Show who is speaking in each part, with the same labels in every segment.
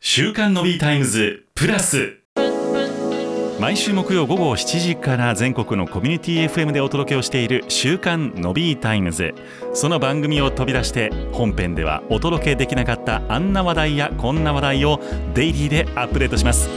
Speaker 1: 週刊のビータイムズプラス毎週木曜午後7時から全国のコミュニティ FM でお届けをしている週刊のビータイムズその番組を飛び出して本編ではお届けできなかったあんな話題やこんな話題をデイリーでアップデートします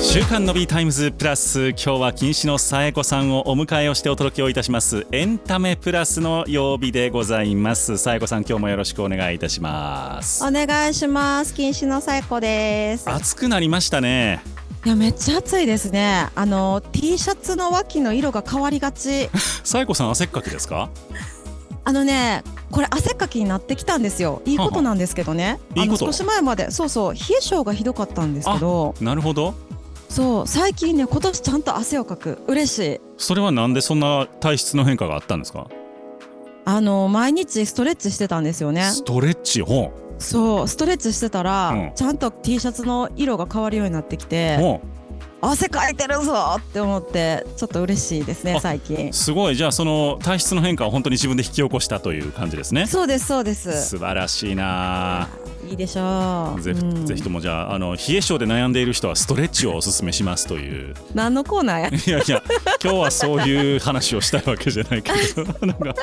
Speaker 1: 週刊のビータイムズプラス今日は錦糸のさえこさんをお迎えをしてお届けをいたしますエンタメプラスの曜日でございますさえこさん今日もよろしくお願いいたします
Speaker 2: お願いします。禁止の最高です。
Speaker 1: 暑くなりましたね
Speaker 2: いや、めっちゃ暑いですね。あの、T シャツの脇の色が変わりがち。
Speaker 1: さえこさん汗っかきですか
Speaker 2: あのね、これ汗っかきになってきたんですよ。いいことなんですけどね。
Speaker 1: はあいいこと
Speaker 2: あの少し前まで、そうそう、冷え性がひどかったんですけど、
Speaker 1: なるほど
Speaker 2: そう、最近ね、今年ちゃんと汗をかく。嬉しい。
Speaker 1: それはなんでそんな体質の変化があったんですか
Speaker 2: あの、毎日ストレッチしてたんですよね。
Speaker 1: ストレッチほ
Speaker 2: そう、ストレッチしてたら、
Speaker 1: うん
Speaker 2: ちゃんと T シャツの色が変わるようになってき
Speaker 1: う
Speaker 2: て、
Speaker 1: ほ
Speaker 2: 汗かいてるぞって思って、ちょっと嬉しいですね
Speaker 1: あ、
Speaker 2: 最近
Speaker 1: う。すごいじゃあその体質の変化を本当に自分で引き起こしたという感じですね
Speaker 2: そうですそうです。
Speaker 1: 素晴らしいない
Speaker 2: いでしょう。
Speaker 1: ぜ,、
Speaker 2: うん
Speaker 1: ぜひともじゃああの冷え性で悩んでいる人はストレッチをおすすめしますという
Speaker 2: 何のコーナーや。
Speaker 1: いやいや今日はそういう話をしたいわけじゃないけど なんか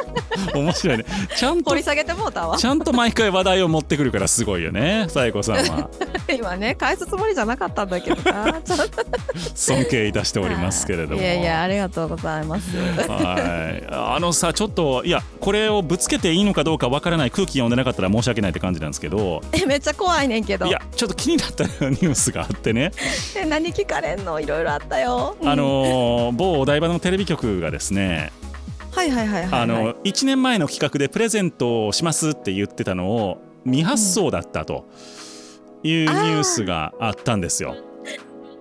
Speaker 1: 面白いねちゃんと
Speaker 2: 掘り下げてもうたわ。
Speaker 1: ちゃんと毎回話題を持ってくるからすごいよねさえこさんは
Speaker 2: 今ね返すつもりじゃなかったんだけ どな。ちょっと
Speaker 1: 尊敬いたしておりますけれども
Speaker 2: いやいやありがとうございます。
Speaker 1: はい、あのさちょっといやこれをぶつけていいのかどうかわからない空気読んでなかったら申し訳ないって感じなんですけど
Speaker 2: えめっちゃ怖いねんけど。
Speaker 1: いやちょっと気になったニュースがあってね、
Speaker 2: え何聞かれんのいろいろあったよ。うん
Speaker 1: あの某お台場のテレビ局がですね、
Speaker 2: はいはいはいはいはい。
Speaker 1: あの1年前の企画でプレゼントをしますって言ってたのを未発送だったというニュースがあったんですよ。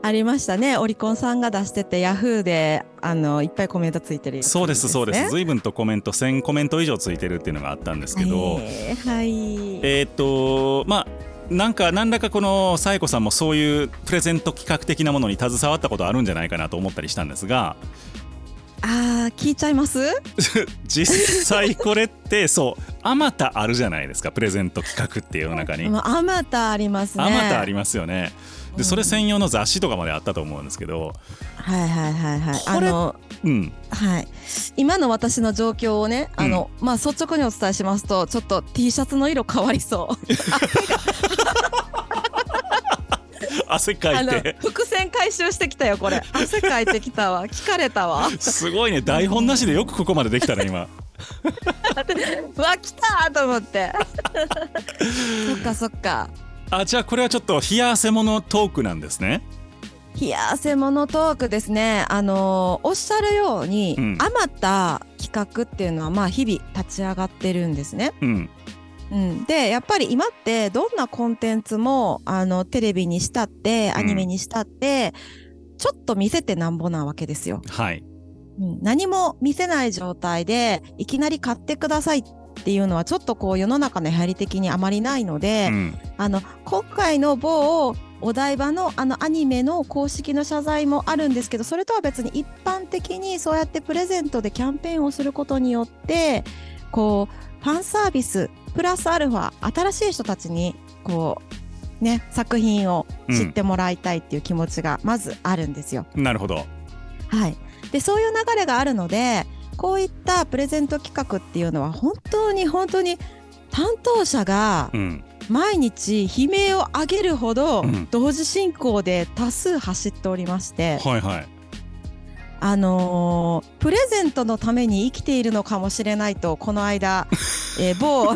Speaker 2: ありましたね。オリコンさんが出しててヤフーであのいっぱいコメントついてるやつね、
Speaker 1: そうですそうです随分とコメント1000コメント以上ついてるっていうのがあったんですけど。
Speaker 2: はいはい。
Speaker 1: えーっとまあなんか何らかこのさえこさんもそういうプレゼント企画的なものに携わったことあるんじゃないかなと思ったりしたんですが
Speaker 2: ああ聞いちゃいます？
Speaker 1: 実際これって そうあまたあるじゃないですかプレゼント企画っていう世の中に
Speaker 2: もうあまたありますね。
Speaker 1: あまたありますよね
Speaker 2: う
Speaker 1: で
Speaker 2: ん
Speaker 1: それ専用の雑誌とかまであったと思うんですけど
Speaker 2: はいはいはいはい。
Speaker 1: これ
Speaker 2: あの
Speaker 1: うん
Speaker 2: はい、今の私の状況をね、あの、まあ、率直にお伝えしますと、ちょっと T シャツの色変わりそう。
Speaker 1: 汗か
Speaker 2: あ
Speaker 1: い
Speaker 2: の
Speaker 1: て、
Speaker 2: 伏線回収してきたよ、こ れ。汗かいてきたわ、聞かれたわ。
Speaker 1: すごいね台本なしでよくここまでできたね今
Speaker 2: うわ、来たと思って。 そっか、そっか。
Speaker 1: あじゃあこれはちょっと冷や汗ものトークなんですね
Speaker 2: 冷や汗ものトークですね。あのおっしゃるように、
Speaker 1: うん
Speaker 2: 余った企画っていうのは、まあ、日々立ち上がってるんですね。
Speaker 1: うん
Speaker 2: うん、でやっぱり今ってどんなコンテンツもあのテレビにしたってアニメにしたって、ちょっと見せてなんぼなわけですよ、
Speaker 1: はい
Speaker 2: うん。何も見せない状態でいきなり買ってくださいっていうのはちょっとこう世の中の流行り的にあまりないので、
Speaker 1: うん
Speaker 2: あの今回の某お台場のあのアニメの公式の謝罪もあるんですけどそれとは別に一般的にそうやってプレゼントでキャンペーンをすることによってこうファンサービスプラスアルファ新しい人たちにこうね作品を知ってもらいたいっていう気持ちがまずあるんですよ。
Speaker 1: なるほど
Speaker 2: はい、でそういう流れがあるのでこういったプレゼント企画っていうのは本当に本当に担当者が
Speaker 1: うん
Speaker 2: 毎日悲鳴を上げるほど
Speaker 1: うん
Speaker 2: 同時進行で多数走っておりまして、
Speaker 1: はいはい
Speaker 2: あのープレゼントのために生きているのかもしれないとこの 間、えー某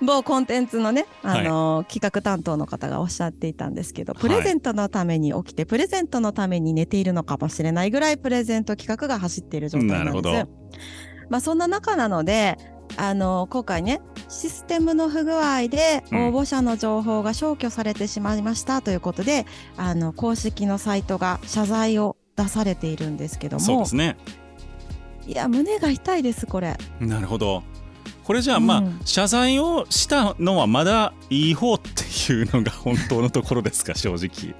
Speaker 2: 某コンテンツのね、あのー企画担当の方がおっしゃっていたんですけど
Speaker 1: はい
Speaker 2: プレゼントのために起きて、プレゼントのために寝ているのかもしれないぐらいプレゼント企画が走っている状態なんです。
Speaker 1: なるほ
Speaker 2: まあ、そんな中なのであのー今回ねシステムの不具合で
Speaker 1: う
Speaker 2: 応
Speaker 1: ん
Speaker 2: 募者の情報が消去されてしまいましたということで、あの公式のサイトが謝罪を出されているんですけど
Speaker 1: そう
Speaker 2: も、
Speaker 1: ですね
Speaker 2: いや胸が痛いですこれ。
Speaker 1: なるほどこれじゃあまあ、
Speaker 2: うん
Speaker 1: 謝罪をしたのはまだいい方っていうのが本当のところですか 正直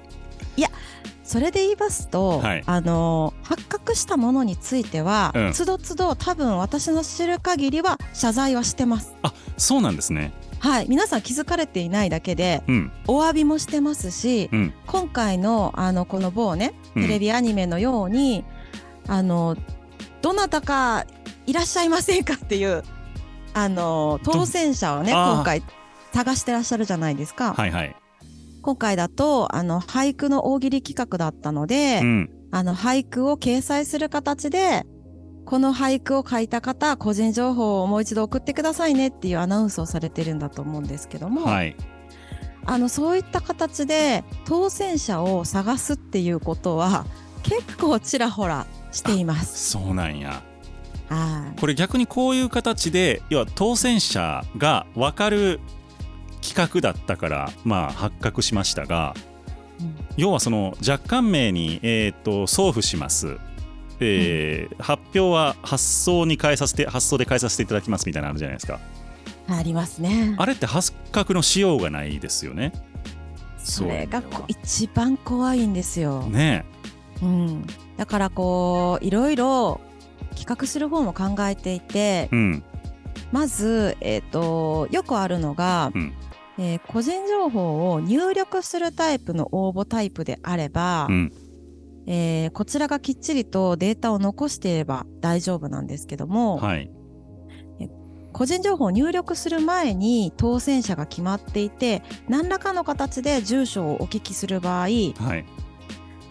Speaker 2: それで言いますと、
Speaker 1: はい
Speaker 2: あの発覚したものについては、
Speaker 1: うん
Speaker 2: つどつど多分私の知る限りは謝罪はしてます。
Speaker 1: そうなんですね
Speaker 2: はい、皆さん気づかれていないだけで
Speaker 1: うん
Speaker 2: お詫びもしてますし、
Speaker 1: うん
Speaker 2: 今回のあのこの某ね
Speaker 1: うん
Speaker 2: テレビアニメのように、あのどなたかいらっしゃいませんかっていうあの当選者をね
Speaker 1: どあー
Speaker 2: 今回探してらっしゃるじゃないですか。
Speaker 1: はいはい
Speaker 2: 今回だとあの俳句の大喜利企画だったので、
Speaker 1: うん
Speaker 2: あの俳句を掲載する形でこの俳句を書いた方個人情報をもう一度送ってくださいねっていうアナウンスをされてるんだと思うんですけども、
Speaker 1: はい
Speaker 2: あのそういった形で当選者を探すっていうことは結構ちらほらしています。
Speaker 1: そうなんや
Speaker 2: はい
Speaker 1: これ逆にこういう形で要は当選者が分かる企画だったからまあ発覚しましたが
Speaker 2: うん
Speaker 1: 要はその若干名に、えー、と送付します、えー発表は発送に変えさせて発送で変えさせていただきますみたいなのあるじゃないですか
Speaker 2: ありますね。
Speaker 1: あれって発覚のしようがないですよね
Speaker 2: それが
Speaker 1: そう
Speaker 2: 一番怖いんですよ。
Speaker 1: ね
Speaker 2: うん、だからこういろいろ企画する方も考えてい
Speaker 1: え
Speaker 2: て
Speaker 1: うん
Speaker 2: まず、えー、とよくあるのが、
Speaker 1: うん
Speaker 2: えー個人情報を入力するタイプの応募タイプであれば、
Speaker 1: うん
Speaker 2: えーこちらがきっちりとデータを残していれば大丈夫なんですけども、
Speaker 1: はい
Speaker 2: 個人情報を入力する前に当選者が決まっていて何らかの形で住所をお聞きする場合
Speaker 1: はい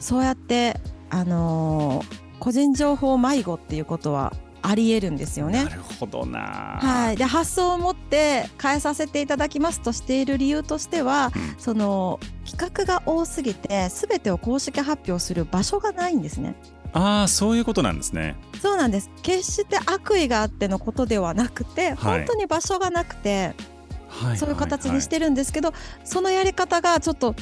Speaker 2: そうやって、あのー個人情報迷子っていうことはありえるんですよね
Speaker 1: な。るほどなは
Speaker 2: はい、で発想を持って変えさせていただきますとしている理由としては、
Speaker 1: うん
Speaker 2: その企画が多すぎて全てを公式発表する場所がないんですね。
Speaker 1: ああそういうことなんですね
Speaker 2: そうなんです決して悪意があってのことではなく
Speaker 1: は
Speaker 2: て、
Speaker 1: い
Speaker 2: 本当に場所がなくて
Speaker 1: はい
Speaker 2: そういう形にしてるんですけど、そのやり方がちょっと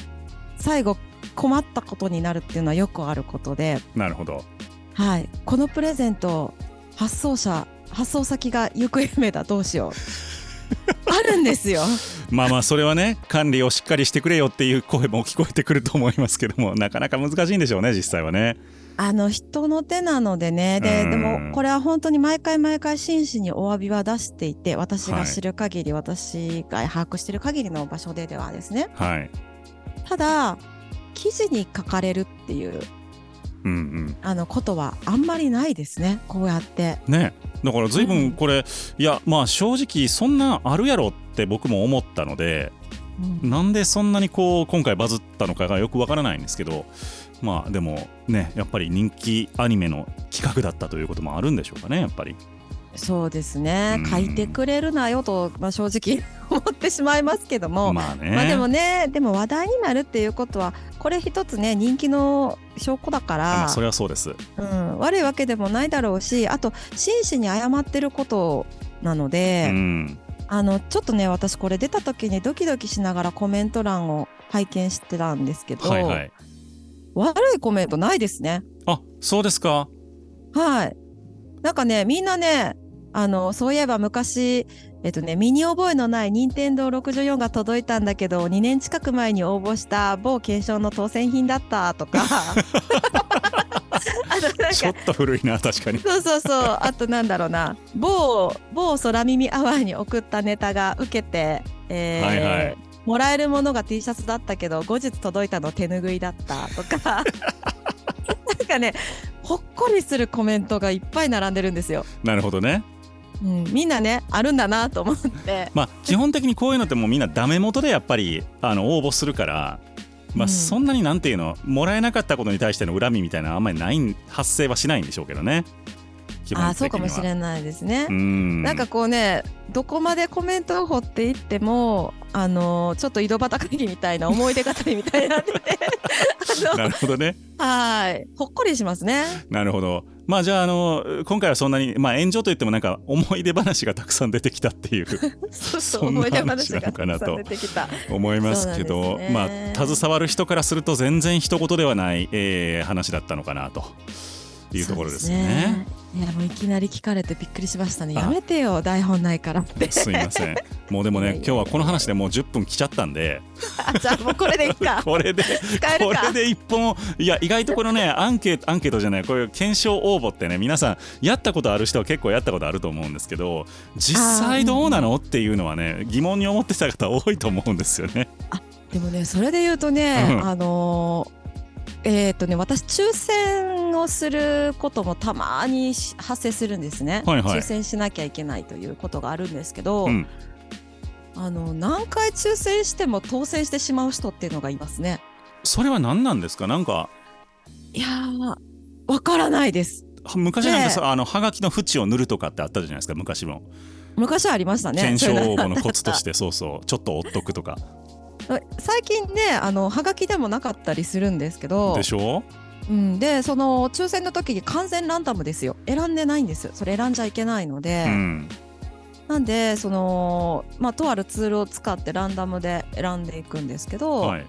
Speaker 2: 最後困ったことになるっていうのはよくあることで、
Speaker 1: なるほど
Speaker 2: はい、このプレゼント発送者発送先が行方不明だどうし ようあるんですよ。
Speaker 1: まあまあそれは ね管理をしっかりしてくれよっていう声も聞こえてくると思いますけどもなかなか難しいんでしょうね実際はね
Speaker 2: あの人の手なのでねで
Speaker 1: うん
Speaker 2: でもこれは本当に毎回毎回真摯にお詫びは出していて私が知る限り、私が把握してる限りの場所でではですね
Speaker 1: はい
Speaker 2: ただ記事に書かれるっていう
Speaker 1: うんうん
Speaker 2: あのことはあんまりないですねこうやって
Speaker 1: ねだから随分これ、いやまあ正直そんなんあるやろって僕も思ったので
Speaker 2: うん
Speaker 1: なんでそんなにこう今回バズったのかがよくわからないんですけどまあでもねやっぱり人気アニメの企画だったということもあるんでしょうかねやっぱり
Speaker 2: そうですね
Speaker 1: うん
Speaker 2: 書いてくれるなよと、まあ、正直 思ってしまいますけども、ま
Speaker 1: まあね、
Speaker 2: あ、でもねでも話題になるっていうことはこれ一つね人気の証拠だから。
Speaker 1: まあそれはそうです
Speaker 2: うん、悪いわけでもないだろうしあと真摯に謝ってることなので、
Speaker 1: うん
Speaker 2: あのちょっとね私これ出た時にドキドキしながらコメント欄を拝見してたんですけど、
Speaker 1: はいはい
Speaker 2: 悪いコメントないですね
Speaker 1: あそうですか
Speaker 2: はいなんかねみんなねあのそういえば昔えっとね身に覚えのない任天堂64が届いたんだけど2年近く前に応募した某検証の当選品だっ たとか あのなんか
Speaker 1: ちょっと古いな確かに
Speaker 2: そうそうそう。あとなんだろうな。某某空耳アワーに送ったネタが受けて、えー
Speaker 1: はいはい
Speaker 2: もらえるものが T シャツだったけど後日届いたの手ぬぐいだったと か。なんかね、ほっこりするコメントがいっぱい並んでるんですよ。
Speaker 1: なるほどね
Speaker 2: うん、みんなねあるんだなと思って。
Speaker 1: まあ、基本的にこういうのってもうみんなダメ元でやっぱりあの応募するから、ま
Speaker 2: う
Speaker 1: あ、
Speaker 2: ん
Speaker 1: そんなになんていうのもらえなかったことに対しての恨みみたいなのはあんまりないん発生はしないんでしょうけどね基本的
Speaker 2: あ
Speaker 1: には
Speaker 2: ーそうかもしれないですね。
Speaker 1: うん
Speaker 2: なんかこうねどこまでコメントを掘っていってもあのーちょっと井戸端会議みたいな思い出語りみたいになってて あの
Speaker 1: なるほどね
Speaker 2: はい。ほっこりしますね。
Speaker 1: なるほどまあじゃああの今回はそんなに、まあ、炎上といってもなんか思い出話がたくさん出てきたって いう
Speaker 2: そうそう、
Speaker 1: そんな
Speaker 2: 思い出
Speaker 1: 話
Speaker 2: 話
Speaker 1: な
Speaker 2: が
Speaker 1: のかなと
Speaker 2: たくさん出てきた。
Speaker 1: 思いますけ
Speaker 2: そう
Speaker 1: ど、
Speaker 2: なんですね
Speaker 1: まあ携わる人からすると全然一言ではない、えー話だったのかなとっていうところですよ
Speaker 2: そ
Speaker 1: ね
Speaker 2: うで。すねいやもういきなり聞かれてびっくりしましたね。
Speaker 1: あ
Speaker 2: やめてよ台本ないからって。
Speaker 1: すいません。もうでも
Speaker 2: いや
Speaker 1: ね
Speaker 2: いや
Speaker 1: 今日はこの話でもう10分来ちゃったんで、
Speaker 2: あじゃあもうこれでいいか。
Speaker 1: これで
Speaker 2: 使える
Speaker 1: こ
Speaker 2: か。
Speaker 1: れで一本いや意外とこのねアンケートアンケートじゃないこういう検証応募ってね皆さんやったことある人は結構やったことあると思うんですけど実際どうなのっていうのはね疑問に思ってた方多いと思うんですよね。
Speaker 2: でもねそれで言うとね、
Speaker 1: うん
Speaker 2: あのーえっ、とね私抽選をすることもたまにし発生するんですね、
Speaker 1: はいはい
Speaker 2: 抽選しなきゃいけないということがあるんですけど、
Speaker 1: うん
Speaker 2: あの何回抽選しても当選してしまう人っていうのがいますね
Speaker 1: それは何なんですかなんか
Speaker 2: いやーわからないです
Speaker 1: 昔なんかさ、
Speaker 2: ね
Speaker 1: あのはがきの縁を塗るとかってあったじゃないですか昔も、
Speaker 2: 昔はありましたね
Speaker 1: 検証
Speaker 2: そういう
Speaker 1: 応募のコツとしてそうそうちょっと追っとくとか
Speaker 2: の最近ねあのはがきでもなかったりするんですけど
Speaker 1: でしょ
Speaker 2: うん、でその抽選の時に完全ランダムですよ選んでないんですそれ選んじゃいけないので、
Speaker 1: うん
Speaker 2: なんでその、まあ、とあるツールを使ってランダムで選んでいくんですけど、
Speaker 1: はい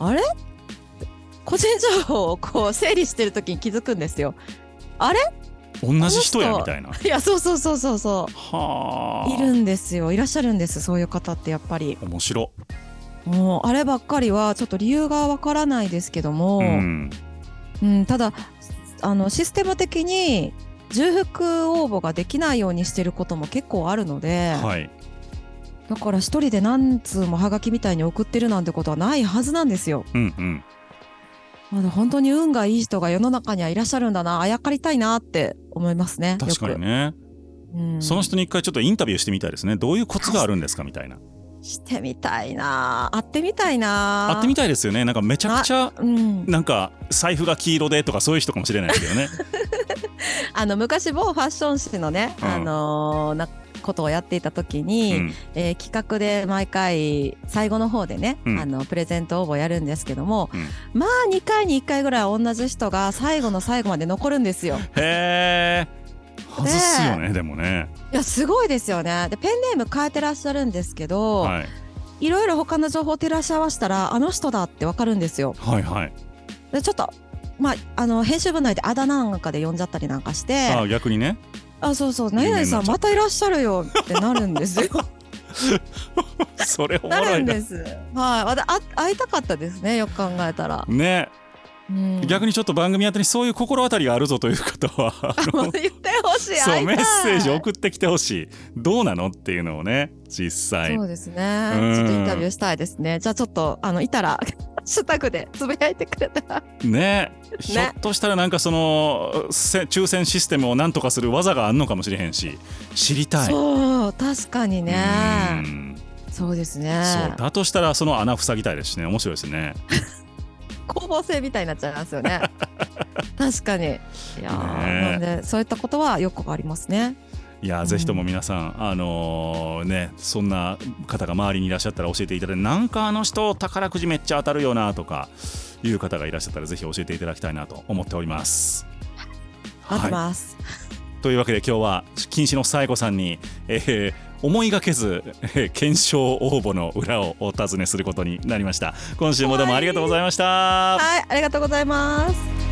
Speaker 2: あれ個人情報をこう整理してる時に気づくんですよ。
Speaker 1: 同じ人や
Speaker 2: この人
Speaker 1: みたいない
Speaker 2: やそうそうそうそうそ
Speaker 1: は
Speaker 2: う
Speaker 1: あ
Speaker 2: いるんですよいらっしゃるんですそういう方ってやっぱり
Speaker 1: 面白
Speaker 2: もうあればっかりはちょっと理由がわからないですけども、
Speaker 1: うん
Speaker 2: うん、ただあのシステム的に重複応募ができないようにしてることも結構あるので、
Speaker 1: はい
Speaker 2: だから一人で何通もハガキみたいに送ってるなんてことはないはずなんですよ。
Speaker 1: うんうん
Speaker 2: まだ本当に運がいい人が世の中にはいらっしゃるんだなあやかりたいなって思いますね。
Speaker 1: 確かに
Speaker 2: よ
Speaker 1: ね
Speaker 2: く、うん
Speaker 1: その人に一回ちょっとインタビューしてみたいですねどういうコツがあるんですかみたいな
Speaker 2: してみたいな会ってみたいな
Speaker 1: 会ってみ
Speaker 2: た
Speaker 1: たいですよねなんかめちゃくちゃ
Speaker 2: うん、
Speaker 1: なんか財布が黄色でとかそういう人かもしれないですけどね
Speaker 2: あの昔某ファッション誌のね、
Speaker 1: うん
Speaker 2: あのーなことをやっていた時
Speaker 1: う
Speaker 2: に、
Speaker 1: ん
Speaker 2: えー企画で毎回最後の方でね、
Speaker 1: うん
Speaker 2: あのプレゼント応募をやるんですけども、
Speaker 1: うん
Speaker 2: まあ2回に1回ぐらいは同じ人が最後の最後まで残るんですよ。
Speaker 1: へえ外すよねでもね
Speaker 2: いやすごいですよね。でペンネーム変えてらっしゃるんですけど、
Speaker 1: はい
Speaker 2: い、ろいろ他の情報を照らし合わせたらあの人だってわかるんですよ。
Speaker 1: はいはい
Speaker 2: でちょっとまあ、あの編集部内であだ名なんかで呼んじゃったりなんかして
Speaker 1: あ逆に ね
Speaker 2: あそうそう
Speaker 1: 名
Speaker 2: 何
Speaker 1: になっちゃっ
Speaker 2: 々さ
Speaker 1: た
Speaker 2: んまたいらっしゃるよってなるんです よ
Speaker 1: それおも
Speaker 2: な
Speaker 1: ろ
Speaker 2: る
Speaker 1: い
Speaker 2: ん
Speaker 1: な
Speaker 2: ですはいわたあ会いたかったですねよく考えたら、
Speaker 1: ね
Speaker 2: うん、
Speaker 1: 逆にちょっと番組宛てにそういう心当たりがあるぞという方はあ
Speaker 2: も
Speaker 1: の
Speaker 2: う言ってほしい。
Speaker 1: そう
Speaker 2: 会いた
Speaker 1: メ
Speaker 2: い
Speaker 1: ッセージ送ってきてほしいどうなのっていうのをね実際
Speaker 2: そうですね。
Speaker 1: うん
Speaker 2: ちょっとインタビューしたいですね。じゃあちょっとあのいたら ハッシュタグで つぶやいてくれたら。
Speaker 1: ねひょっとしたらなんかそのせ抽選システムをなんとかする技があんのかもしれへんし知りたい
Speaker 2: そう確かにね。
Speaker 1: うん
Speaker 2: そうです
Speaker 1: そう
Speaker 2: ね。
Speaker 1: だとしたらその穴塞ぎたいですしね面白いですね
Speaker 2: 攻防戦みたいになっちゃいます よね。確かに。いやー、
Speaker 1: ねえ
Speaker 2: なんでそういったことはよくありますね。
Speaker 1: いやー、
Speaker 2: うん
Speaker 1: ぜひとも皆さんあのーねそんな方が周りにいらっしゃったら教えていただいてなんかあの人宝くじめっちゃ当たるよなとかいう方がいらっしゃったらぜひ教えていただきたいなと思っております。
Speaker 2: 待って
Speaker 1: はい
Speaker 2: ます。
Speaker 1: というわけで今日は禁止のさえこさんに、えー思いがけず、えー検証応募の裏をお尋ねすることになりました今週もどうもありがとうございました
Speaker 2: はい、ありがとうございます。